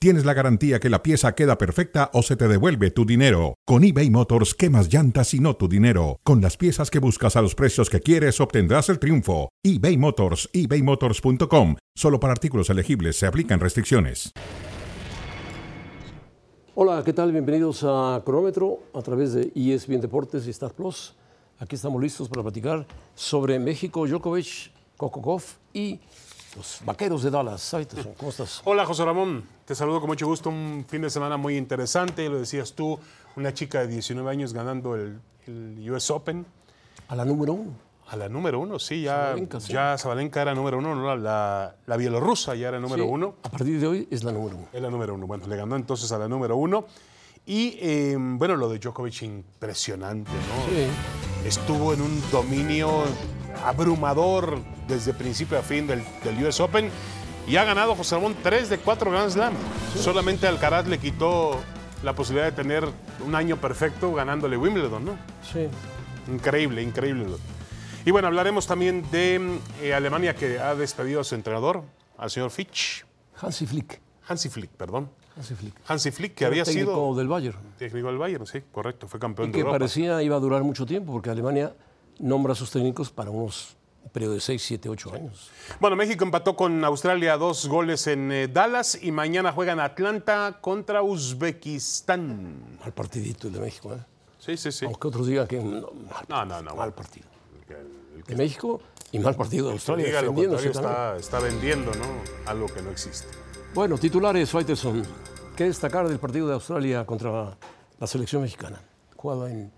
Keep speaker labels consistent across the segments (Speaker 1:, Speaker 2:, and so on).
Speaker 1: tienes la garantía que la pieza queda perfecta o se te devuelve tu dinero. Con eBay Motors, quemas llantas y no tu dinero. Con las piezas que buscas a los precios que quieres, obtendrás el triunfo. eBay Motors, ebaymotors.com. Solo para artículos elegibles se aplican restricciones.
Speaker 2: Hola, ¿qué tal? Bienvenidos a Cronómetro a través de E ESPN Deportes y Star Plus. Aquí estamos listos para platicar sobre México, Djokovic, Kokokov y los vaqueros de Dallas. ¿Cómo estás?
Speaker 3: Hola, José Ramón. Te saludo con mucho gusto. Un fin de semana muy interesante. Lo decías tú, una chica de 19 años ganando el, el US Open.
Speaker 2: A la número uno.
Speaker 3: A la número uno, sí. Ya Zabalenka, sí. ya Zabalenka era número uno. ¿no? La, la, bielorrusa ya era número sí, uno.
Speaker 2: A partir de hoy es la número uno.
Speaker 3: Es la número uno. Bueno, le ganó entonces a la número uno. Y eh, bueno, lo de Djokovic impresionante, ¿no? Sí. Estuvo en un dominio abrumador desde principio a fin del, del, US Open y ha ganado José Ramón 3 de 4 Grand Slam. Sí. Solamente Alcaraz le quitó la posibilidad de tener un año perfecto ganándole Wimbledon, ¿no?
Speaker 2: Sí.
Speaker 3: Increíble, increíble. Y bueno, hablaremos también de eh, Alemania que ha despedido a su entrenador, al señor Fitch.
Speaker 2: Hansi Flick.
Speaker 3: Hansi Flick, perdón.
Speaker 2: Hansi Flick.
Speaker 3: Hansi Flick, que Era había
Speaker 2: técnico
Speaker 3: sido.
Speaker 2: del Bayern.
Speaker 3: Técnico del Bayern, sí, correcto, fue campeón
Speaker 2: y
Speaker 3: de
Speaker 2: que
Speaker 3: Europa.
Speaker 2: parecía iba a durar mucho tiempo, porque Alemania nombra a sus técnicos para unos periodo de 6, 7, 8 años.
Speaker 3: Bueno, México empató con Australia dos goles en eh, Dallas y mañana juegan Atlanta contra Uzbekistán.
Speaker 2: Mal partidito el de México, ¿eh?
Speaker 3: Sí, sí, sí.
Speaker 2: Aunque otros digan que no, mal,
Speaker 3: no, no, no,
Speaker 2: mal partido. El que, el que de México y mal partido de Australia.
Speaker 3: Diga lo contrario, está, está, vendiendo, ¿no? Algo que no existe.
Speaker 2: Bueno, titulares, Faitelson. ¿Qué destacar del partido de Australia contra la selección mexicana? Jugado en,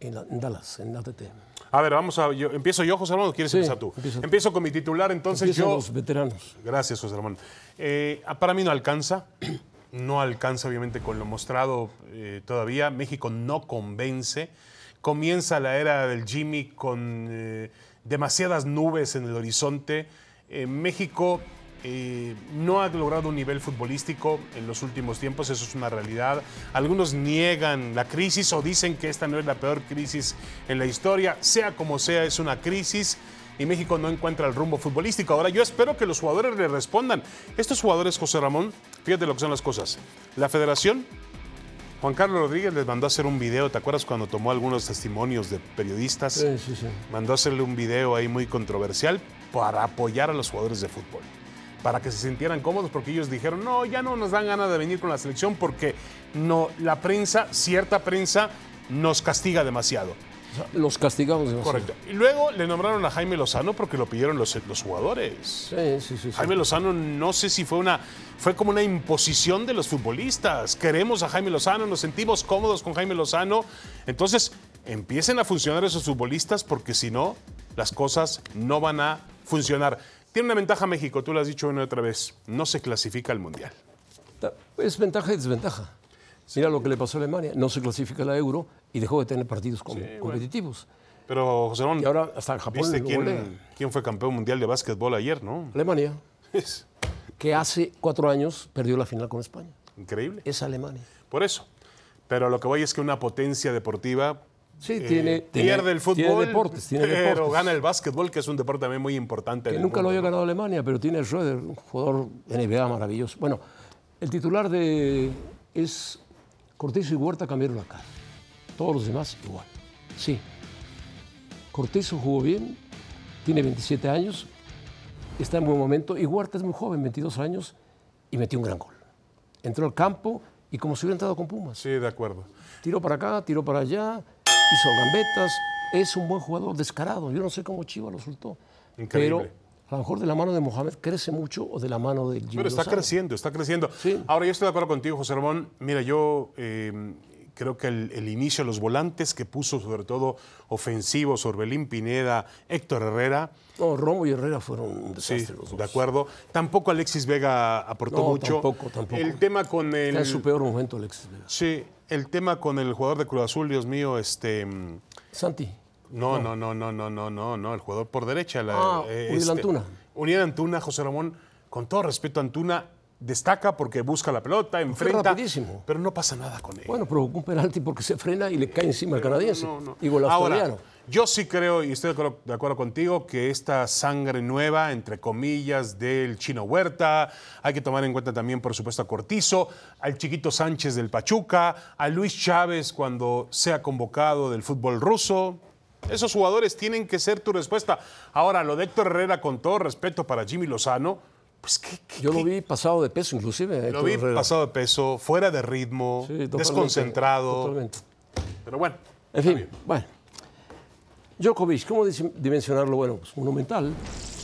Speaker 2: en, la, en Dallas, en ATT.
Speaker 3: A ver, vamos a. Yo, ¿Empiezo yo, José Ramón, o quieres
Speaker 2: sí,
Speaker 3: empezar tú?
Speaker 2: Empiezo.
Speaker 3: Empiezo con mi titular, entonces
Speaker 2: Empiezan
Speaker 3: Pues yo.
Speaker 2: los veteranos.
Speaker 3: Gracias, José Ramón. Eh, para mí no alcanza. No alcanza, obviamente, con lo mostrado eh, todavía. México no convence. Comienza la era del Jimmy con eh, demasiadas nubes en el horizonte. México eh, no ha logrado un nivel futbolístico en los últimos tiempos, eso es una realidad. Algunos niegan la crisis o dicen que esta no es la peor crisis en la historia. Sea como sea, es una crisis y México no encuentra el rumbo futbolístico. Ahora yo espero que los jugadores le respondan. Estos jugadores, José Ramón, fíjate lo que son las cosas. La federación... Juan Carlos Rodríguez les mandó a hacer un video, ¿te acuerdas cuando tomó algunos testimonios de periodistas?
Speaker 2: Sí, sí, sí.
Speaker 3: Mandó a hacerle un video ahí muy controversial para apoyar a los jugadores de fútbol para que se sintieran cómodos porque ellos dijeron, no, ya no nos dan ganas de venir con la selección porque no, la prensa, cierta prensa, nos castiga demasiado.
Speaker 2: Los castigamos demasiado.
Speaker 3: Correcto. Y luego le nombraron a Jaime Lozano porque lo pidieron los, los jugadores.
Speaker 2: Sí, sí, sí,
Speaker 3: Jaime Lozano, no sé si fue una. Fue como una imposición de los futbolistas. Queremos a Jaime Lozano, nos sentimos cómodos con Jaime Lozano. Entonces, empiecen a funcionar esos futbolistas porque si no, las cosas no van a funcionar. Tiene una ventaja México, tú lo has dicho una y otra vez, no se clasifica al Mundial.
Speaker 2: Es ventaja y desventaja. Sí. Mira lo que le pasó a Alemania, no se clasifica la Euro y dejó de tener partidos com sí, bueno. competitivos.
Speaker 3: Pero, José Ramón,
Speaker 2: y ahora hasta Japón
Speaker 3: ¿viste quién, quién, fue campeón mundial de básquetbol ayer, no?
Speaker 2: Alemania, que hace cuatro años perdió la final con España.
Speaker 3: Increíble.
Speaker 2: Es Alemania.
Speaker 3: Por eso. Pero lo que voy es que una potencia deportiva
Speaker 2: Sí, eh, tiene,
Speaker 3: pierde tiene, el fútbol,
Speaker 2: tiene deportes, tiene
Speaker 3: pero
Speaker 2: deportes.
Speaker 3: gana el básquetbol, que es un deporte también muy importante.
Speaker 2: Que
Speaker 3: en
Speaker 2: nunca
Speaker 3: el
Speaker 2: lo había ganado Alemania, pero tiene Schroeder, un jugador NBA maravilloso. Bueno, el titular de es Cortés y Huerta cambiaron la cara. Todos los demás igual. Sí. Cortés jugó bien, tiene 27 años, está en buen momento y Huerta es muy joven, 22 años, y metió un gran gol. Entró al campo y como si hubiera entrado con Pumas.
Speaker 3: Sí, de acuerdo.
Speaker 2: Tiró para acá, tiró para allá hizo gambetas, es un buen jugador descarado. Yo no sé cómo Chiva lo soltó.
Speaker 3: Increíble.
Speaker 2: Pero a lo mejor de la mano de Mohamed crece mucho o de la mano de Jimmy
Speaker 3: Pero está
Speaker 2: Lozano.
Speaker 3: creciendo, está creciendo.
Speaker 2: Sí.
Speaker 3: Ahora, yo estoy de acuerdo contigo, José Ramón. Mira, yo eh, creo que el, el, inicio, los volantes que puso, sobre todo ofensivos, Orbelín Pineda, Héctor Herrera.
Speaker 2: No, Romo y Herrera fueron un desastre.
Speaker 3: Sí,
Speaker 2: los dos.
Speaker 3: de acuerdo. Tampoco Alexis Vega aportó
Speaker 2: No,
Speaker 3: mucho.
Speaker 2: tampoco, tampoco.
Speaker 3: El tema con el.
Speaker 2: Está en su peor momento, Alexis Vega.
Speaker 3: Sí, el tema con el jugador de Cruz Azul, Dios mío, este.
Speaker 2: Santi.
Speaker 3: No, no, no, no, no, no, no, no, el jugador por derecha. La,
Speaker 2: Ah,
Speaker 3: eh,
Speaker 2: Uriel
Speaker 3: este,
Speaker 2: Antuna.
Speaker 3: Uriel Antuna, José Ramón, con todo respeto, Antuna destaca porque busca la pelota, enfrenta.
Speaker 2: rapidísimo.
Speaker 3: Pero no pasa nada con él.
Speaker 2: Bueno, provocó un penalti porque se frena y le cae encima al canadiense.
Speaker 3: No, no.
Speaker 2: Digo, el australiano.
Speaker 3: Ahora, yo sí creo, y estoy de acuerdo, de acuerdo contigo, que esta sangre nueva, entre comillas, del Chino Huerta, hay que tomar en cuenta también, por supuesto, a Cortizo, al Chiquito Sánchez del Pachuca, a Luis Chávez cuando sea convocado del fútbol ruso. Esos jugadores tienen que ser tu respuesta. Ahora, lo de Héctor Herrera, con todo respeto para Jimmy Lozano, pues qué, qué-
Speaker 2: Yo lo vi pasado de peso, inclusive. eh,
Speaker 3: lo
Speaker 2: Héctor
Speaker 3: vi
Speaker 2: Herrera.
Speaker 3: pasado de peso, fuera de ritmo,
Speaker 2: Sí, totalmente,
Speaker 3: desconcentrado.
Speaker 2: Totalmente.
Speaker 3: Pero bueno,
Speaker 2: En fin, bueno. Djokovic, ¿cómo dis- dimensionarlo? Bueno, pues monumental.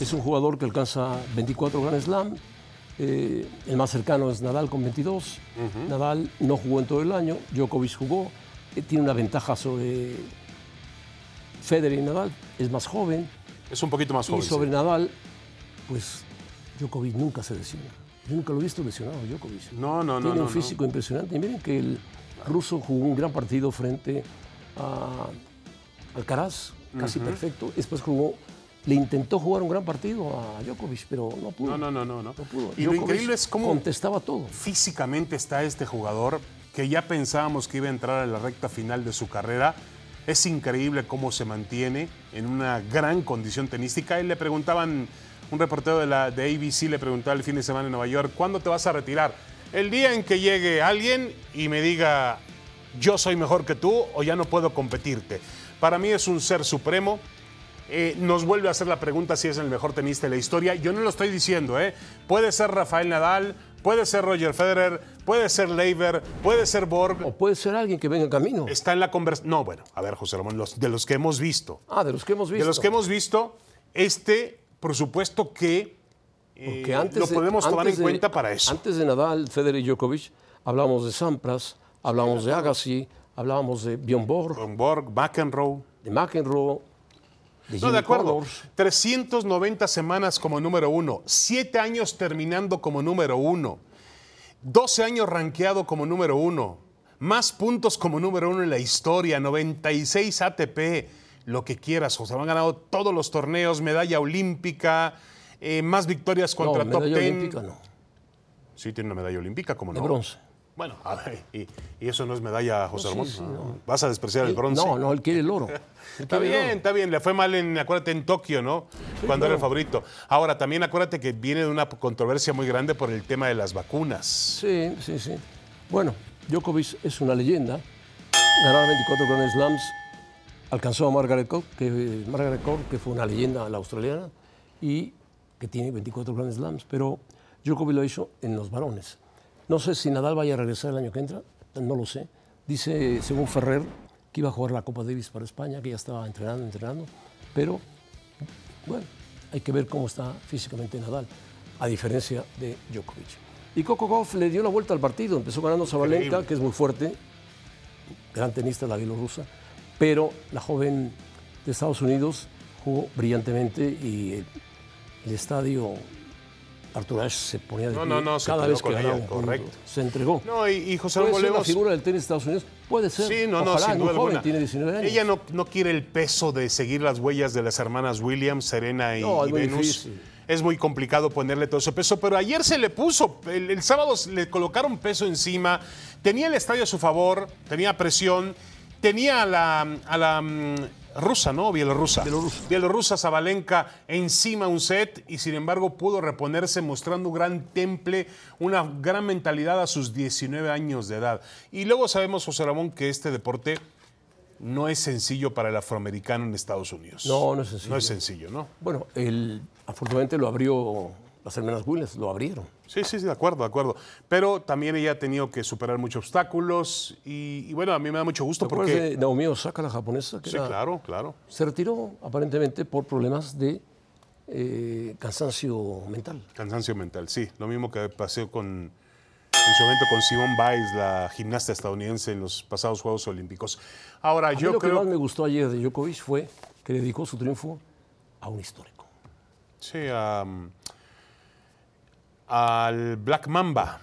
Speaker 2: Es un jugador que alcanza 24 Grand Slam. Eh, el más cercano es Nadal con 22. Nadal no jugó en todo el año. Djokovic jugó. Eh, tiene una ventaja sobre Federer y Nadal. Es más joven.
Speaker 3: es un poquito más
Speaker 2: Y
Speaker 3: joven. sí.
Speaker 2: sobre Nadal, pues Djokovic nunca se lesiona. Yo nunca lo he visto lesionado, Djokovic.
Speaker 3: No, no, no,
Speaker 2: Tiene un
Speaker 3: no, no.
Speaker 2: físico impresionante. Y miren que el ruso jugó un gran partido frente a Alcaraz, casi perfecto. Después jugó, le intentó jugar un gran partido a Djokovic, pero no pudo.
Speaker 3: No, no, no, no, no.
Speaker 2: no pudo.
Speaker 3: Y lo
Speaker 2: Djokovic
Speaker 3: increíble es cómo
Speaker 2: Contestaba todo.
Speaker 3: físicamente está este jugador que ya pensábamos que iba a entrar a la recta final de su carrera. Es increíble cómo se mantiene en una gran condición tenística. Y le preguntaban, un reportero de, la, de ABC le preguntaba el fin de semana en Nueva York, ¿cuándo te vas a retirar? El día en que llegue alguien y me diga, yo soy mejor que tú o ya no puedo competirte. Para mí es un ser supremo, eh, nos vuelve a hacer la pregunta si es el mejor tenista de la historia. Yo no lo estoy diciendo, ¿eh? Puede ser Rafael Nadal, puede ser Roger Federer, puede ser Leiber, puede ser Borg.
Speaker 2: O puede ser alguien que venga en camino.
Speaker 3: Está en la conversación. No, bueno, a ver, José Ramón, los, de los que hemos visto.
Speaker 2: Ah, de los que hemos visto.
Speaker 3: De los que hemos visto, este, por supuesto que eh,
Speaker 2: Porque antes
Speaker 3: lo
Speaker 2: de-
Speaker 3: podemos tomar en
Speaker 2: antes de-
Speaker 3: cuenta para eso.
Speaker 2: Antes de Nadal, Federer y Djokovic, hablábamos de Sampras, hablábamos de Agassi, hablábamos de Bjorn Borg,
Speaker 3: Con Borg, McEnroe.
Speaker 2: de McEnroe, de
Speaker 3: No,
Speaker 2: Jimmy
Speaker 3: de acuerdo.
Speaker 2: Connors.
Speaker 3: 390 semanas como número uno, 7 años terminando como número uno, 12 años rankeado como número uno, más puntos como número uno en la historia, 96 ATP, lo que quieras. O sea, han ganado todos los torneos, medalla olímpica, eh, más victorias
Speaker 2: No,
Speaker 3: contra top
Speaker 2: medalla
Speaker 3: 10.
Speaker 2: olímpica no,
Speaker 3: Sí, tiene una medalla olímpica, como
Speaker 2: de
Speaker 3: no.
Speaker 2: bronce.
Speaker 3: Bueno, a ver, y, y eso no es medalla, José
Speaker 2: sí,
Speaker 3: Ramón.
Speaker 2: sí,
Speaker 3: Vas a despreciar el bronce.
Speaker 2: No, no, él quiere el oro. Él
Speaker 3: Está
Speaker 2: quiere el
Speaker 3: bien,
Speaker 2: oro.
Speaker 3: está bien. Le fue mal en, acuérdate, en Tokio, ¿no? Cuando era el favorito. Ahora, también acuérdate que viene de una controversia muy grande por el tema de las vacunas.
Speaker 2: Sí, sí, sí. Bueno, Djokovic es una leyenda. Ganaba 24 Grand Slams, alcanzó a Margaret Court, que, Margaret Court, que fue una leyenda la australiana, y que tiene 24 Grand Slams, pero Djokovic lo hizo en los varones. No sé si Nadal vaya a regresar el año que entra, no lo sé. Dice, según Ferrer, que iba a jugar la Copa Davis para España, que ya estaba entrenando, entrenando, pero bueno, hay que ver cómo está físicamente Nadal, a diferencia de Djokovic. Y Coco Gauff le dio la vuelta al partido, empezó ganando Sabalenka, que es muy fuerte, gran tenista la bielorrusa, pero la joven de Estados Unidos jugó brillantemente y el, el estadio Arturash se ponía de
Speaker 3: No,
Speaker 2: pie
Speaker 3: no, no, se
Speaker 2: cada
Speaker 3: quedó
Speaker 2: vez que
Speaker 3: con
Speaker 2: ganaba
Speaker 3: ella,
Speaker 2: un punto.
Speaker 3: correcto.
Speaker 2: se entregó.
Speaker 3: No, y, y José
Speaker 2: ¿Puede
Speaker 3: Ramón
Speaker 2: ser la
Speaker 3: Lemos-
Speaker 2: figura del tenis de Estados Unidos? Puede ser.
Speaker 3: Sí, no, no,
Speaker 2: Ojalá,
Speaker 3: sin
Speaker 2: es
Speaker 3: duda
Speaker 2: muy joven,
Speaker 3: alguna.
Speaker 2: tiene 19 años.
Speaker 3: Ella no, no quiere el peso de seguir las huellas de las hermanas Williams, Serena y,
Speaker 2: No, es
Speaker 3: y
Speaker 2: muy
Speaker 3: Venus.
Speaker 2: difícil.
Speaker 3: Es muy complicado ponerle todo ese peso, pero ayer se le puso, el, el sábado le colocaron peso encima, tenía el estadio a su favor, tenía presión, tenía a la, a la, mm, rusa, ¿no? Bielorrusa.
Speaker 2: Bielorrusa.
Speaker 3: Bielorrusa Zabalenka encima un set y sin embargo pudo reponerse mostrando un gran temple, una gran mentalidad a sus 19 años de edad. Y luego sabemos, José Ramón, que este deporte no es sencillo para el afroamericano en Estados Unidos.
Speaker 2: No, no es sencillo.
Speaker 3: No es sencillo, ¿no?
Speaker 2: Bueno, el, afortunadamente lo abrió las hermanas Williams, lo abrieron.
Speaker 3: Sí, sí, sí, de acuerdo, de acuerdo. Pero también ella ha tenido que superar muchos obstáculos y, y bueno, a mí me da mucho gusto
Speaker 2: ¿Te acuerdas
Speaker 3: porque...
Speaker 2: de Naomi Osaka, la japonesa? Que
Speaker 3: Sí,
Speaker 2: era-
Speaker 3: claro, claro.
Speaker 2: Se retiró aparentemente por problemas de eh, cansancio mental.
Speaker 3: Cansancio mental, sí. Lo mismo que pasó con, en su momento con Simone Biles, la gimnasta estadounidense en los pasados Juegos Olímpicos. Ahora,
Speaker 2: A mí
Speaker 3: yo
Speaker 2: lo que
Speaker 3: creo...
Speaker 2: más me gustó ayer de Djokovic fue que le dedicó su triunfo a un histórico.
Speaker 3: Sí, am, al Black Mamba,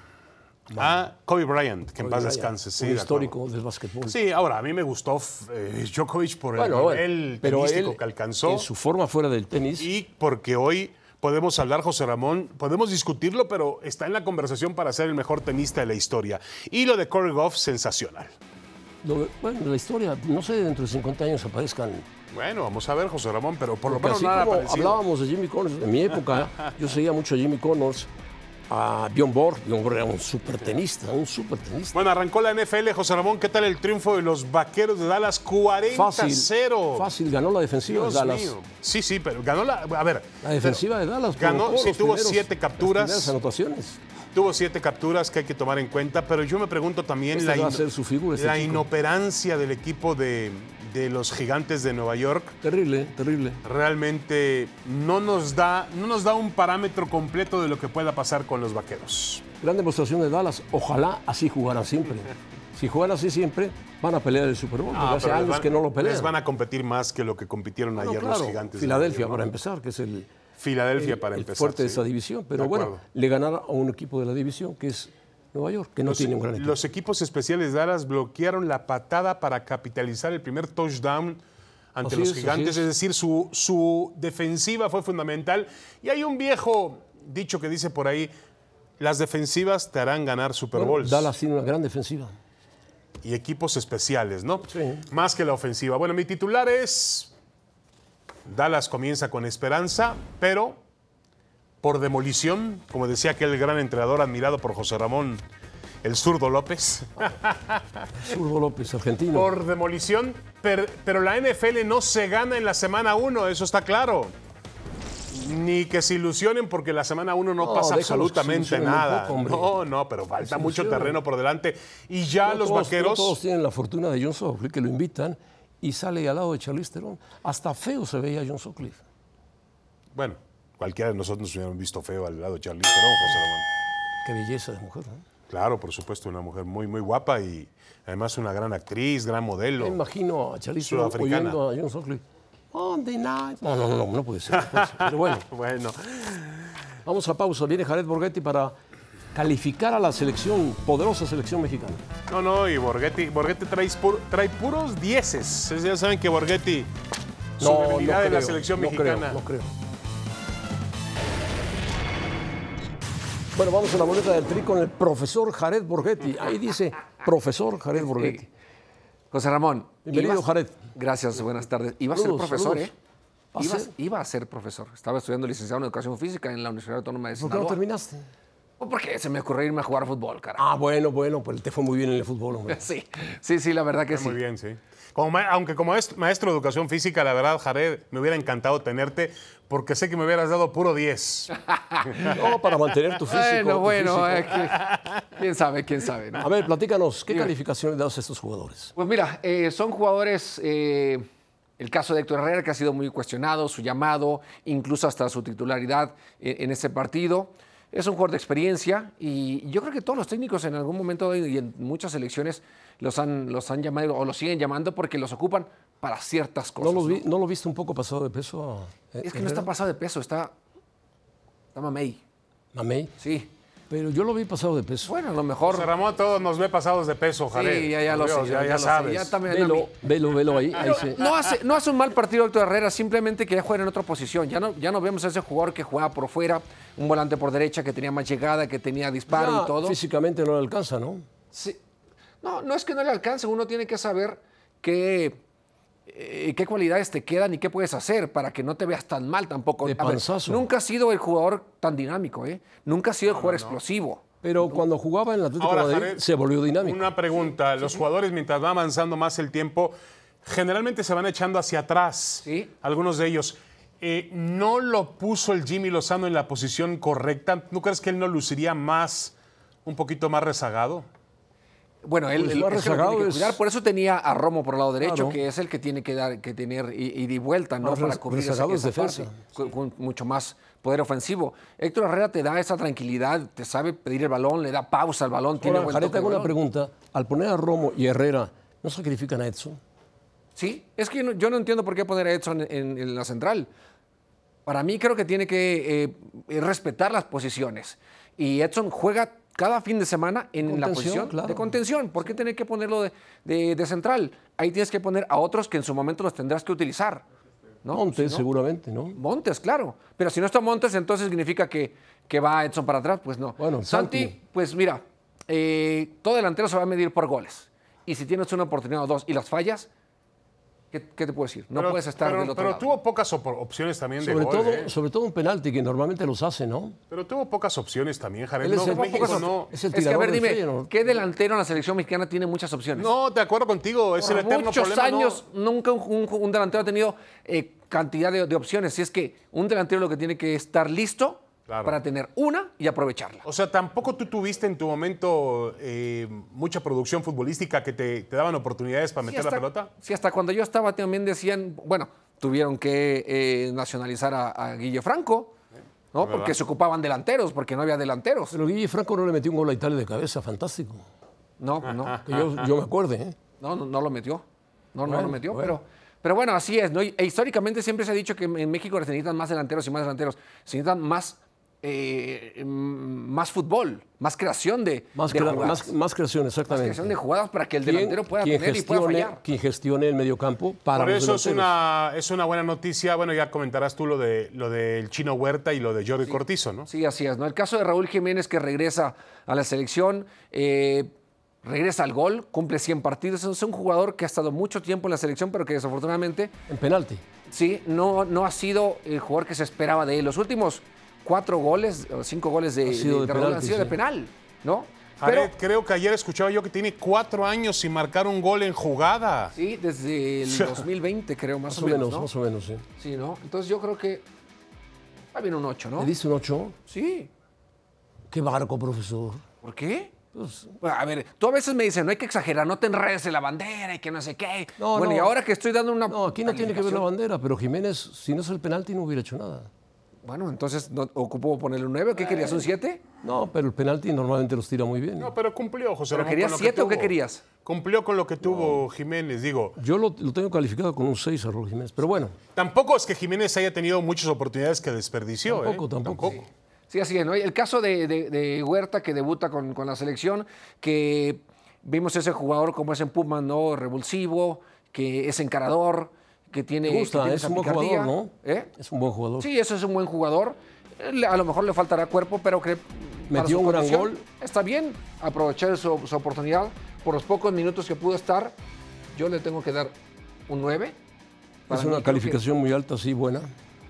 Speaker 3: a Kobe Bryant, que en paz
Speaker 2: Kobe Bryant,
Speaker 3: descanse. Sí,
Speaker 2: un
Speaker 3: de acuerdo.
Speaker 2: histórico del básquetbol.
Speaker 3: Sí, ahora, a mí me gustó eh, Djokovic por el
Speaker 2: Bueno, bueno,
Speaker 3: nivel
Speaker 2: pero
Speaker 3: tenístico
Speaker 2: él,
Speaker 3: que alcanzó
Speaker 2: En su forma fuera del tenis,
Speaker 3: y porque hoy podemos hablar, José Ramón, podemos discutirlo, pero está en la conversación para ser el mejor tenista de la historia. Y lo de Corey Goff, sensacional.
Speaker 2: Lo- bueno, la historia, no sé, dentro de 50 años aparezcan
Speaker 3: Bueno, vamos a ver, José Ramón, pero por lo
Speaker 2: Porque
Speaker 3: menos
Speaker 2: así
Speaker 3: nada
Speaker 2: como
Speaker 3: parecido.
Speaker 2: hablábamos de Jimmy Connors, en mi época yo seguía mucho a Jimmy Connors, a Bjorn Borg. Bjorn Borg era un super tenista, un super tenista.
Speaker 3: Bueno, arrancó la NFL, José Ramón. ¿Qué tal el triunfo de los vaqueros de Dallas? 40-0.
Speaker 2: Fácil, fácil, ganó la defensiva
Speaker 3: Dios
Speaker 2: de Dallas.
Speaker 3: mío. Sí, sí, pero ganó la. A ver.
Speaker 2: La defensiva de Dallas
Speaker 3: Ganó,
Speaker 2: provocó
Speaker 3: sí,
Speaker 2: los
Speaker 3: tuvo
Speaker 2: primeros-
Speaker 3: siete capturas.
Speaker 2: Las primeras anotaciones.
Speaker 3: Tuvo siete capturas que hay que tomar en cuenta, pero yo me pregunto también
Speaker 2: Esta va a
Speaker 3: ino-
Speaker 2: ser su figura, este
Speaker 3: la
Speaker 2: chico.
Speaker 3: inoperancia del equipo de, de los gigantes de Nueva York.
Speaker 2: Terrible, terrible.
Speaker 3: Realmente no nos, da, no nos da un parámetro completo de lo que pueda pasar con los vaqueros.
Speaker 2: Gran demostración de Dallas. Ojalá así jugaran siempre. Si juegan así siempre, van a pelear el Super Bowl. porque hace
Speaker 3: Ah, pero les
Speaker 2: años
Speaker 3: van-
Speaker 2: que no lo pelean.
Speaker 3: Les van a competir más que lo que compitieron
Speaker 2: Bueno,
Speaker 3: ayer los
Speaker 2: claro,
Speaker 3: gigantes. de
Speaker 2: Filadelfia,
Speaker 3: Nueva
Speaker 2: para
Speaker 3: York.
Speaker 2: empezar, que es el,
Speaker 3: Filadelfia, para
Speaker 2: el
Speaker 3: empezar.
Speaker 2: fuerte de
Speaker 3: sí.
Speaker 2: esa división. Pero
Speaker 3: De
Speaker 2: bueno,
Speaker 3: acuerdo.
Speaker 2: le ganaron a un equipo de la división que es Nueva York, que no
Speaker 3: Los,
Speaker 2: tiene un gran equipo.
Speaker 3: los equipos especiales de Dallas bloquearon la patada para capitalizar el primer touchdown ante
Speaker 2: Así
Speaker 3: los
Speaker 2: es, así
Speaker 3: gigantes,
Speaker 2: es.
Speaker 3: es. decir, su, su defensiva fue fundamental. Y hay un viejo dicho que dice por ahí, las defensivas te harán ganar Super
Speaker 2: Bueno,
Speaker 3: Bowls
Speaker 2: Dallas tiene una gran defensiva.
Speaker 3: y equipos especiales, ¿no?
Speaker 2: Sí.
Speaker 3: Más que la ofensiva. Bueno, mi titular es, Dallas comienza con esperanza, pero por demolición, como decía aquel gran entrenador admirado por José Ramón, el zurdo López.
Speaker 2: Zurdo López, argentino.
Speaker 3: por demolición, per- pero la NFL no se gana en la semana 1, eso está claro. Ni que se ilusionen porque la semana 1 no
Speaker 2: No,
Speaker 3: pasa
Speaker 2: déjalos que se
Speaker 3: absolutamente
Speaker 2: ilusionen un
Speaker 3: nada.
Speaker 2: poco, hombre.
Speaker 3: no, no, pero
Speaker 2: se
Speaker 3: falta mucho
Speaker 2: ilusionen.
Speaker 3: terreno por delante. Y ya
Speaker 2: No
Speaker 3: los
Speaker 2: todos-
Speaker 3: vaqueros...
Speaker 2: no todos tienen la fortuna de John Sutcliffe, que lo invitan y sale al lado de Charlize Theron. Hasta feo se veía John Sutcliffe.
Speaker 3: Bueno, cualquiera de nosotros nos hubieran visto feo al lado de Charlie Theron, José Ramón.
Speaker 2: Qué belleza de mujer, ¿no?
Speaker 3: Claro, por supuesto, una mujer muy, muy guapa y además una gran actriz, gran modelo.
Speaker 2: Me imagino a Charlize Theron
Speaker 3: Sudafricana.
Speaker 2: oyendo a John Sutcliffe. Monday night. No, no, no, no, no puede ser. no puede ser. Pero bueno,
Speaker 3: Bueno,
Speaker 2: vamos a pausa. Viene Jared Borghetti para calificar a la selección, poderosa selección mexicana.
Speaker 3: No, no, y Borghetti, Borghetti trae, pu- trae puros dieces. Ustedes Ya saben que Borghetti, su debilidad de la
Speaker 2: creo,
Speaker 3: selección
Speaker 2: no
Speaker 3: mexicana.
Speaker 2: Creo, no creo. Bueno, vamos a la boleta del tri con el profesor Jared Borghetti. Ahí dice profesor Jared Borghetti.
Speaker 4: José Ramón.
Speaker 2: Bienvenido,
Speaker 4: ibas-
Speaker 2: Jared.
Speaker 4: Gracias, buenas tardes. Iba a ser
Speaker 2: Saludos,
Speaker 4: profesor,
Speaker 2: saludos. ¿Ah,
Speaker 4: ¿eh?
Speaker 2: ¿Va a
Speaker 4: Iba,
Speaker 2: ser?
Speaker 4: iba a ser profesor. Estaba estudiando licenciado en Educación Física en la Universidad Autónoma de
Speaker 2: ¿Por qué
Speaker 4: Sinaloa.
Speaker 2: no terminaste?
Speaker 4: Oh, Porque se me ocurrió irme a jugar fútbol, cara.
Speaker 2: Ah, bueno, bueno, pues te fue muy bien en el fútbol, hombre.
Speaker 4: Sí, sí, sí, la verdad que sí.
Speaker 3: Muy bien, sí. Como ma- aunque como es maestro de educación física, la verdad, Jared, me hubiera encantado tenerte porque sé que me hubieras dado puro 10.
Speaker 2: No, para mantener tu físico.
Speaker 4: Bueno,
Speaker 2: tu
Speaker 4: bueno,
Speaker 2: físico.
Speaker 4: eh, que- quién sabe, quién sabe. ¿no?
Speaker 2: A ver, platícanos, ¿qué calificaciones le das a estos jugadores?
Speaker 4: Pues mira, eh, son jugadores. eh, el caso de Héctor Herrera, que ha sido muy cuestionado, su llamado, incluso hasta su titularidad eh, en este partido. Es un jugador de experiencia y yo creo que todos los técnicos en algún momento y en muchas elecciones los han, los han llamado o los siguen llamando porque los ocupan para ciertas
Speaker 2: ¿No
Speaker 4: cosas.
Speaker 2: lo,
Speaker 4: ¿no?
Speaker 2: vi- ¿No lo viste un poco pasado de peso? Eh, a-
Speaker 4: Es que no está pasado de peso, está, está mamey.
Speaker 2: Mamey.
Speaker 4: Sí.
Speaker 2: Pero yo lo vi pasado de peso.
Speaker 4: Bueno, a lo
Speaker 3: José
Speaker 4: mejor.
Speaker 3: Ramón, todos nos ve pasados de peso, Jared.
Speaker 4: Sí, ya, ya lo
Speaker 3: Por
Speaker 4: sé.
Speaker 3: Dios, Ya, ya
Speaker 4: lo sé,
Speaker 3: sabes.
Speaker 4: ya también a mí-
Speaker 2: Velo, velo, velo ahí. ahí se-
Speaker 4: No hace, no hace un mal partido Héctor Herrera, simplemente que ya juega en otra posición. Ya no, ya no vemos a ese jugador que jugaba por fuera, un volante por derecha que tenía más llegada, que tenía disparo
Speaker 2: Ya
Speaker 4: y todo.
Speaker 2: Físicamente no le alcanza, ¿no?
Speaker 4: Sí. No, no es que no le alcance, uno tiene que saber qué, eh, qué cualidades te quedan y qué puedes hacer para que no te veas tan mal tampoco.
Speaker 2: De
Speaker 4: A ver,
Speaker 2: panzazo.
Speaker 4: nunca ha sido el jugador tan dinámico, ¿eh? Nunca ha sido el jugador explosivo.
Speaker 2: Pero cuando jugaba en el Atlético
Speaker 3: Ahora,
Speaker 2: de Madrid
Speaker 3: Jared,
Speaker 2: se volvió dinámico.
Speaker 3: Una pregunta. Los jugadores, mientras va avanzando más el tiempo, generalmente se van echando hacia atrás.
Speaker 4: Sí.
Speaker 3: Algunos de ellos. Eh, ¿No lo puso el Jimmy Lozano en la posición correcta? ¿No crees que él no luciría más, un poquito más rezagado?
Speaker 4: Bueno, él,
Speaker 2: Pues
Speaker 4: él-
Speaker 2: lo ha
Speaker 4: es que lo
Speaker 2: rezagado,
Speaker 4: tiene que
Speaker 2: es-
Speaker 4: cuidar. Por eso tenía a Romo por el lado derecho,
Speaker 2: Claro.
Speaker 4: que es el que tiene que dar, que tener i- ida y vuelta, ¿no?
Speaker 2: Ah,
Speaker 4: Para
Speaker 2: rez-
Speaker 4: cubrir esa,
Speaker 2: rezagado es
Speaker 4: esa
Speaker 2: defensa.
Speaker 4: parte, con, con mucho más poder ofensivo. Héctor Herrera te da esa tranquilidad, te sabe pedir el balón, le da pausa al balón, tiene
Speaker 2: Ahora,
Speaker 4: buen
Speaker 2: Jared,
Speaker 4: toque de
Speaker 2: tengo una
Speaker 4: balón.
Speaker 2: pregunta. Al poner a Romo y Herrera, ¿no sacrifican a Edson?
Speaker 4: Sí, es que no- yo no entiendo por qué poner a Edson en, en la central. Para mí creo que tiene que eh, eh, respetar las posiciones. Y Edson juega cada fin de semana en la
Speaker 2: Contención,
Speaker 4: posición
Speaker 2: claro.
Speaker 4: de contención. ¿Por qué tener que ponerlo de, de- de central? Ahí tienes que poner a otros que en su momento los tendrás que utilizar. ¿no?
Speaker 2: Montes,
Speaker 4: Si no-
Speaker 2: seguramente, ¿no?
Speaker 4: Montes, claro. Pero si no está Montes, entonces significa que, que va Edson para atrás. Pues no.
Speaker 2: Bueno,
Speaker 4: Santi,
Speaker 2: Santi.
Speaker 4: pues mira, eh, todo delantero se va a medir por goles. Y si tienes una oportunidad o dos y las fallas, ¿qué, qué te puedo decir? No puedes estar
Speaker 3: pero,
Speaker 4: del otro
Speaker 3: pero
Speaker 4: lado.
Speaker 3: tuvo pocas op- opciones también de
Speaker 2: Sobre
Speaker 3: gol,
Speaker 2: todo,
Speaker 3: ¿eh?
Speaker 2: sobre todo un penalti que normalmente los hace, ¿no?
Speaker 3: Pero tuvo pocas opciones también, Jared.
Speaker 2: Él es
Speaker 3: No,
Speaker 2: el-
Speaker 3: México
Speaker 2: pocas op-
Speaker 3: no...
Speaker 2: es el
Speaker 4: es que, a
Speaker 2: tirador
Speaker 4: ver,
Speaker 2: del
Speaker 4: dime,
Speaker 2: Feyenoord.
Speaker 4: ¿qué delantero en la selección mexicana tiene muchas opciones?
Speaker 3: No, de acuerdo contigo, es
Speaker 4: Por
Speaker 3: el eterno
Speaker 4: muchos
Speaker 3: problema. ¿no?
Speaker 4: años nunca un, un- un delantero ha tenido eh, cantidad de, de opciones. Si es que un delantero lo que tiene que estar listo
Speaker 3: Claro.
Speaker 4: para tener una y aprovecharla.
Speaker 3: O sea, tampoco tú tuviste en tu momento eh, mucha producción futbolística que te, te daban oportunidades para
Speaker 4: Sí,
Speaker 3: meter la pelota.
Speaker 4: sí, hasta cuando yo estaba también decían, bueno, tuvieron que eh, nacionalizar a, a Guille Franco, ¿no? Porque se ocupaban delanteros, porque no había delanteros.
Speaker 2: Pero Guille Franco no le metió un gol a Italia de cabeza, fantástico.
Speaker 4: No, no,
Speaker 2: Que yo, yo me acuerde, ¿eh?
Speaker 4: no, no, no lo metió. No, no
Speaker 2: Bueno,
Speaker 4: lo metió,
Speaker 2: bueno.
Speaker 4: pero. Pero bueno, así es, ¿no? Y- E históricamente siempre se ha dicho que en México se necesitan más delanteros y más delanteros. Se necesitan más, eh, mm, más fútbol, más creación de,
Speaker 2: Más,
Speaker 4: de
Speaker 2: crea-
Speaker 4: jugadas.
Speaker 2: más, más creación, exactamente.
Speaker 4: creación de jugadas para que el
Speaker 2: ¿Quién-
Speaker 4: delantero pueda
Speaker 2: quién
Speaker 4: tener y pueda
Speaker 2: gestione-
Speaker 4: fallar.
Speaker 2: Quien gestione el mediocampo para
Speaker 3: Por
Speaker 2: los
Speaker 3: eso es
Speaker 2: delanteros.
Speaker 3: una, es una buena noticia. Bueno, ya comentarás tú lo de lo del Chino Huerta y lo de Jordi Cortizo, ¿no?
Speaker 4: Sí, así es. ¿no? El caso de Raúl Jiménez que regresa a la selección, eh, regresa al gol, cumple 100 partidos. Es un jugador que ha estado mucho tiempo en la selección, pero que desafortunadamente
Speaker 2: En penalti.
Speaker 4: sí, no, no ha sido el jugador que se esperaba de él. Los últimos cuatro goles, o cinco goles de,
Speaker 2: Ha sido de
Speaker 4: Raúl han
Speaker 2: penalti,
Speaker 4: sido de
Speaker 2: sí.
Speaker 4: penal, ¿no? Pero
Speaker 3: Jared, creo que ayer escuchaba yo que tiene cuatro años sin marcar un gol en jugada.
Speaker 4: sí, desde el 2020 creo, más,
Speaker 2: Más o menos,
Speaker 4: ¿no?
Speaker 2: más o menos, ¿eh? sí.
Speaker 4: Sí, ¿no? Entonces yo creo que va bien un 8, ¿no?
Speaker 2: ¿Le dice un 8?
Speaker 4: Sí.
Speaker 2: Qué barco, profesor.
Speaker 4: ¿Por qué?
Speaker 2: Pues,
Speaker 4: Bueno, a ver, tú a veces me dices, no hay que exagerar, no te enredes en la bandera y que no sé qué.
Speaker 2: No,
Speaker 4: bueno,
Speaker 2: no.
Speaker 4: y ahora que estoy dando una.
Speaker 2: No, aquí no tiene que ver la
Speaker 4: calificación,
Speaker 2: bandera, pero Jiménez, si no es el penalti, no hubiera hecho nada.
Speaker 4: Bueno, entonces no, ocupo ponerle un 9. ¿Qué querías?
Speaker 2: Eh,
Speaker 4: ¿Un 7?
Speaker 2: No, pero el penalti normalmente los tira muy bien.
Speaker 3: No, pero cumplió, José
Speaker 4: ¿Pero
Speaker 3: Ramón, con
Speaker 4: querías
Speaker 3: lo que
Speaker 4: siete o qué
Speaker 3: tuvo.
Speaker 4: querías?
Speaker 3: Cumplió con lo que tuvo Jiménez, digo.
Speaker 2: Yo lo, lo tengo calificado con un 6 a Raúl Jiménez, pero bueno,
Speaker 3: Tampoco es que Jiménez haya tenido muchas oportunidades que desperdició, ¿eh?
Speaker 2: Tampoco, tampoco.
Speaker 4: Sí, así es, ¿no? Y El caso de, de- de Huerta que debuta con, con la selección, que vimos ese jugador como es en Pumas, ¿no? Revulsivo, que es encarador, que tiene.
Speaker 2: me
Speaker 4: que
Speaker 2: gusta,
Speaker 4: tiene
Speaker 2: es
Speaker 4: esa
Speaker 2: un buen
Speaker 4: picardía.
Speaker 2: jugador, ¿no?
Speaker 4: ¿Eh?
Speaker 2: Es un buen jugador.
Speaker 4: Sí, eso es un buen jugador. Le- A lo mejor le faltará cuerpo, pero que. para
Speaker 2: Metió
Speaker 4: su
Speaker 2: un gran
Speaker 4: condición
Speaker 2: gol.
Speaker 4: Está bien aprovechar su, su oportunidad. Por los pocos minutos que pudo estar, yo le tengo que dar un 9. Para
Speaker 2: es
Speaker 4: mí
Speaker 2: una
Speaker 4: creo
Speaker 2: calificación muy alta, sí, buena.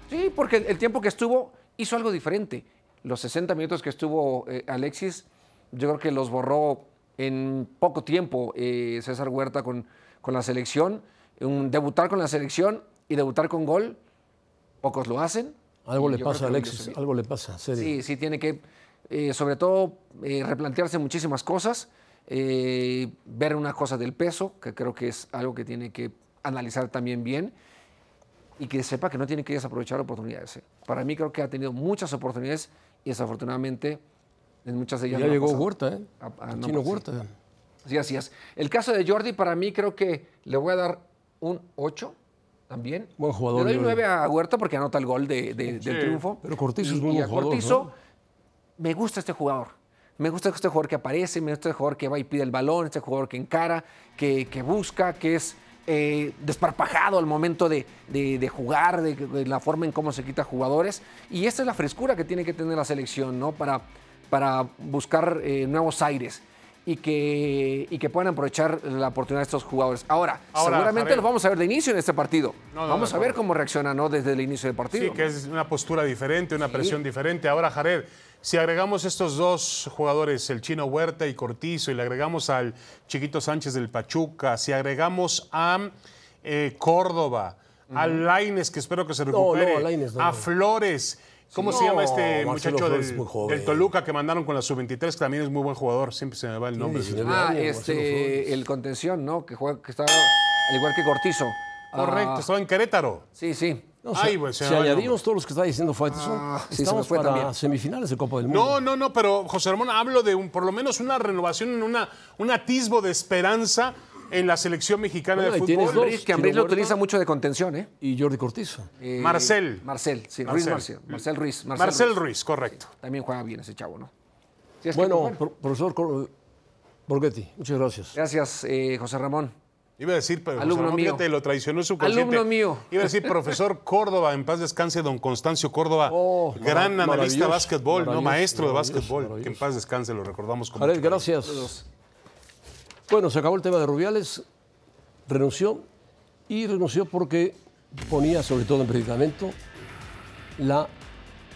Speaker 4: que- sí, porque el, el tiempo que estuvo hizo algo diferente. Los 60 minutos que estuvo eh, Alexis, yo creo que los borró en poco tiempo eh, César Huerta con, con la selección. Un- debutar con la selección y debutar con gol, pocos lo hacen.
Speaker 2: Algo
Speaker 4: Y
Speaker 2: le
Speaker 4: yo creo
Speaker 2: pasa a
Speaker 4: que lo
Speaker 2: Alexis,
Speaker 4: hizo bien.
Speaker 2: algo le pasa, serio.
Speaker 4: Sí, sí, tiene que, eh, sobre todo, eh, replantearse muchísimas cosas, eh, ver una cosa del peso, que creo que es algo que tiene que analizar también bien, y que sepa que no tiene que desaprovechar oportunidades. ¿eh. Para mí creo que ha tenido muchas oportunidades y desafortunadamente en muchas de
Speaker 2: ya
Speaker 4: ellas... no ha
Speaker 2: llegó
Speaker 4: pasado.
Speaker 2: Huerta, ¿eh?
Speaker 4: Ah, ah,
Speaker 2: El
Speaker 4: no,
Speaker 2: Chino
Speaker 4: pues, sí.
Speaker 2: Huerta.
Speaker 4: Sí, así es. El caso de Jordi, para mí creo que le voy a dar un 8 también.
Speaker 2: Buen jugador,
Speaker 4: Le doy un
Speaker 2: Jordi.
Speaker 4: 9 a Huerta porque anota el gol de- de- del triunfo.
Speaker 2: pero Cortizo
Speaker 4: Y-
Speaker 2: es muy
Speaker 4: y
Speaker 2: buen
Speaker 4: a
Speaker 2: jugador,
Speaker 4: Cortizo,
Speaker 2: ¿no?
Speaker 4: me gusta este jugador. Me gusta este jugador que aparece, me gusta este jugador que va y pide el balón, este jugador que encara, que, que busca, que es eh, desparpajado al momento de, de- de jugar, de, de la forma en cómo se quita jugadores. Y esta es la frescura que tiene que tener la selección, ¿no? Para, para buscar eh, nuevos aires y que, y que puedan aprovechar la oportunidad de estos jugadores. Ahora,
Speaker 3: Ahora,
Speaker 4: seguramente
Speaker 3: Jared.
Speaker 4: los vamos a ver de inicio en este partido.
Speaker 3: No, no,
Speaker 4: vamos
Speaker 3: de
Speaker 4: a ver
Speaker 3: acuerdo.
Speaker 4: cómo reaccionan, ¿no? Desde el inicio del partido.
Speaker 3: Sí, que es una postura diferente, una presión diferente. Ahora, Jared, si agregamos estos dos jugadores, el chino Huerta y Cortizo, y le agregamos al chiquito Sánchez del Pachuca, si agregamos a eh, Córdoba, a Laines, que espero que se
Speaker 2: no,
Speaker 3: recupere,
Speaker 2: a Lainez no.
Speaker 3: a Flores. ¿Cómo
Speaker 2: Sí.
Speaker 3: se
Speaker 2: No,
Speaker 3: llama este
Speaker 2: Marcelo
Speaker 3: muchacho
Speaker 2: Flores
Speaker 3: del,
Speaker 2: es muy joven.
Speaker 3: del Toluca que mandaron con la sub-23, que también es muy buen jugador? Siempre se me va el nombre.
Speaker 2: 19.
Speaker 4: Ah,
Speaker 2: Años, Marcelo Flores.
Speaker 4: este, el contención, ¿no? Que juega, que está al igual que Cortizo. Ah,
Speaker 3: Correcto, estaba en Querétaro.
Speaker 4: sí, sí.
Speaker 2: No,
Speaker 3: Ay,
Speaker 2: si-
Speaker 3: pues, se
Speaker 2: si
Speaker 3: me va el
Speaker 2: añadimos todos los que está diciendo Faitelson,
Speaker 4: Ah, sí, se me
Speaker 2: estamos
Speaker 4: fue
Speaker 2: para
Speaker 4: también.
Speaker 2: semifinales de Copa del Mundo.
Speaker 3: No, no, no, pero José Ramón, hablo de un, por lo menos una renovación, una, un atisbo de esperanza en la selección mexicana
Speaker 2: Bueno,
Speaker 3: de
Speaker 2: ahí tienes
Speaker 3: fútbol.
Speaker 2: dos.
Speaker 4: Ruiz, que Ambriz lo
Speaker 2: Chino Huerta.
Speaker 4: utiliza mucho de contención, ¿eh?
Speaker 2: Y Jordi Cortizo.
Speaker 4: Eh,
Speaker 3: Marcel.
Speaker 4: Marcel, sí, Ruiz
Speaker 3: Marcel.
Speaker 4: Marcel. Marcel Ruiz.
Speaker 3: Marcel, Ruiz. correcto.
Speaker 4: También juega bien ese chavo, ¿no? Sí, es que,
Speaker 2: bueno,
Speaker 4: pues,
Speaker 2: pro- profesor Cor- Borghetti, muchas gracias.
Speaker 4: gracias, eh, José Ramón.
Speaker 3: Iba a decir, pero
Speaker 4: Alumno
Speaker 3: Ramón,
Speaker 4: mío.
Speaker 3: fíjate, lo traicionó su consciente.
Speaker 4: Alumno mío.
Speaker 3: Iba a decir, profesor Córdoba, en paz descanse, don Constancio Córdoba,
Speaker 2: Oh,
Speaker 3: gran
Speaker 2: marav-
Speaker 3: analista
Speaker 2: maravilloso,
Speaker 3: de básquetbol, no
Speaker 2: maravilloso,
Speaker 3: maestro de
Speaker 2: maravilloso,
Speaker 3: básquetbol. Que en
Speaker 2: maravilloso.
Speaker 3: paz descanse, lo recordamos como.
Speaker 2: Jared, gracias. Bueno, se acabó el tema de Rubiales, renunció y renunció porque ponía sobre todo en predicamento la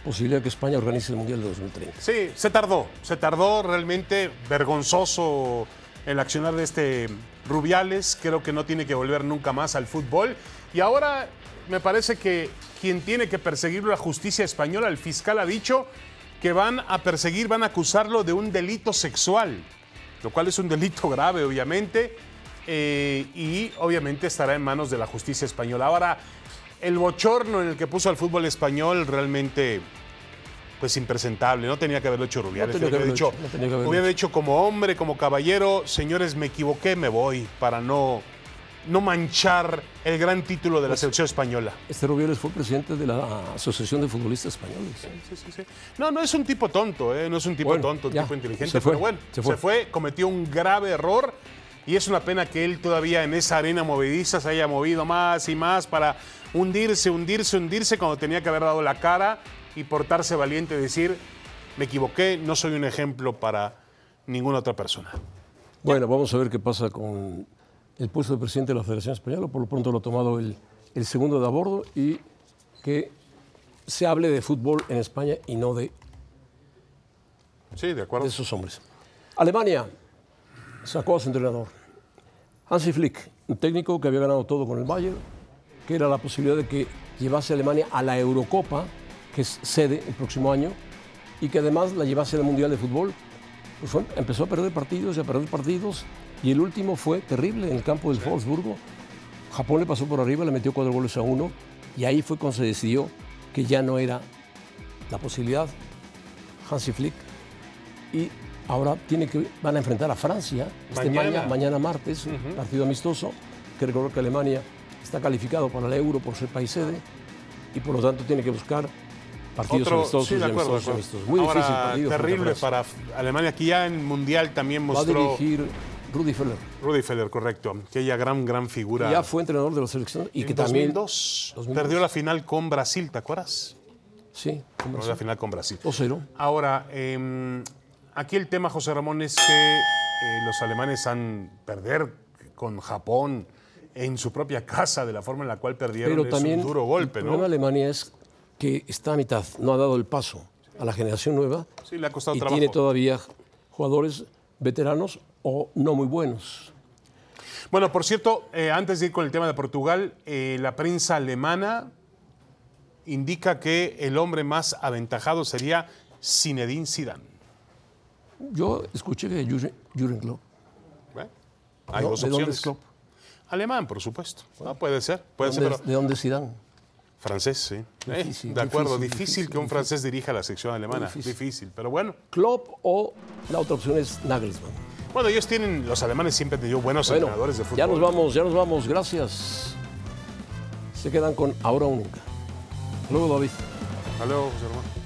Speaker 2: posibilidad de que España organice el Mundial de 2030.
Speaker 3: Sí, se tardó, se tardó realmente vergonzoso el accionar de este Rubiales, creo que no tiene que volver nunca más al fútbol. Y ahora me parece que quien tiene que perseguirlo la justicia española, el fiscal ha dicho que van a perseguir, van a acusarlo de un delito sexual, lo cual es un delito grave obviamente, eh, y obviamente estará en manos de la justicia española. Ahora, el bochorno en el que puso al fútbol español realmente pues impresentable. No tenía que haberlo hecho Rubiales.
Speaker 2: tenía que
Speaker 3: hubiera,
Speaker 2: haberlo
Speaker 3: dicho,
Speaker 2: hecho, no tenía que haberlo
Speaker 3: hubiera dicho como hombre, como caballero, señores, me equivoqué, me voy, para no, no manchar el gran título
Speaker 2: Pues,
Speaker 3: de la selección española.
Speaker 2: Este Rubiales fue presidente de la Asociación de Futbolistas Españoles.
Speaker 3: Sí, sí, sí. No, no es un tipo tonto, ¿eh? no es un tipo
Speaker 2: Bueno,
Speaker 3: tonto, un
Speaker 2: ya,
Speaker 3: tipo inteligente,
Speaker 2: se fue,
Speaker 3: pero bueno,
Speaker 2: se fue.
Speaker 3: cometió un grave error y es una pena que él todavía en esa arena movediza se haya movido más y más para hundirse, hundirse, hundirse cuando tenía que haber dado la cara y portarse valiente y decir, me equivoqué, no soy un ejemplo para ninguna otra persona.
Speaker 2: Bueno, vamos a ver qué pasa con el puesto de presidente de la Federación Española. Por lo pronto lo ha tomado el, el segundo de a bordo y que se hable de fútbol en España y no de
Speaker 3: Sí, de acuerdo.
Speaker 2: de esos hombres. Alemania sacó a su entrenador. Hansi Flick, un técnico que había ganado todo con el Bayern, que era la posibilidad de que llevase a Alemania a la Eurocopa, que es sede el próximo año, y que además la llevase al Mundial de Fútbol. Pues fue- empezó a perder partidos y a perder partidos, y el último fue terrible en el campo del Wolfsburgo. Japón le pasó por arriba, le metió cuatro goles a uno, y ahí fue cuando se decidió que ya no era la posibilidad. Hansi Flick y ahora tiene que, van a enfrentar a Francia este
Speaker 3: Mañana.
Speaker 2: maña- mañana martes, un partido amistoso, que recordar que Alemania está calificado para la Euro por ser país sede y por lo tanto tiene que buscar partidos
Speaker 3: Otro-
Speaker 2: amistosos
Speaker 3: sí,
Speaker 2: y
Speaker 3: de acuerdo, de
Speaker 2: amistosos y
Speaker 3: acuerdo.
Speaker 2: amistosos. Muy
Speaker 3: Ahora,
Speaker 2: difícil partido frente a
Speaker 3: terrible
Speaker 2: Francia.
Speaker 3: para Alemania, que ya en Mundial también
Speaker 2: Va a
Speaker 3: mostró
Speaker 2: dirigir Rudy Feller,
Speaker 3: Rudy Feller, correcto, que ella gran, gran figura.
Speaker 2: que ya fue entrenador de la selección y que
Speaker 3: en
Speaker 2: también...
Speaker 3: 2002,
Speaker 2: 2002.
Speaker 3: perdió la final con Brasil, ¿te acuerdas?
Speaker 2: Sí, como
Speaker 3: Perdió la final con Brasil.
Speaker 2: 2-0.
Speaker 3: Ahora, eh, aquí el tema, José Ramón, es que eh, los alemanes han perder con Japón en su propia casa, de la forma en la cual perdieron,
Speaker 2: Pero
Speaker 3: es
Speaker 2: también
Speaker 3: un duro golpe,
Speaker 2: el problema de
Speaker 3: ¿no?
Speaker 2: Alemania es que está a mitad, no ha dado el paso a la generación nueva
Speaker 3: Sí, le ha costado
Speaker 2: y
Speaker 3: trabajo.
Speaker 2: tiene todavía jugadores veteranos o no muy buenos.
Speaker 3: Bueno, por cierto, eh, antes de ir con el tema de Portugal, eh, la prensa alemana indica que el hombre más aventajado sería Zinedine Zidane.
Speaker 2: Yo escuché que Jürgen, Jürgen Klopp.
Speaker 3: Bueno, Hay
Speaker 2: ¿no?
Speaker 3: dos
Speaker 2: ¿De dónde
Speaker 3: opciones.
Speaker 2: es Klopp?
Speaker 3: Alemán, por supuesto. No, puede ser,
Speaker 2: ¿De
Speaker 3: puede ser,
Speaker 2: dónde,
Speaker 3: pero
Speaker 2: es- ¿De dónde es Zidane?
Speaker 3: francés, sí. Eh,
Speaker 2: Difícil,
Speaker 3: de acuerdo,
Speaker 2: difícil,
Speaker 3: difícil, que un
Speaker 2: difícil,
Speaker 3: francés dirija la sección alemana. Difícil.
Speaker 2: Difícil.
Speaker 3: pero bueno.
Speaker 2: Klopp o la otra opción es Nagelsmann.
Speaker 3: Bueno, ellos tienen, los alemanes siempre han tenido buenos
Speaker 2: Bueno,
Speaker 3: entrenadores de fútbol.
Speaker 2: ya nos vamos, ya nos vamos. Gracias. Se quedan con ahora o nunca. Luego David.
Speaker 3: Hasta luego, José Ramón.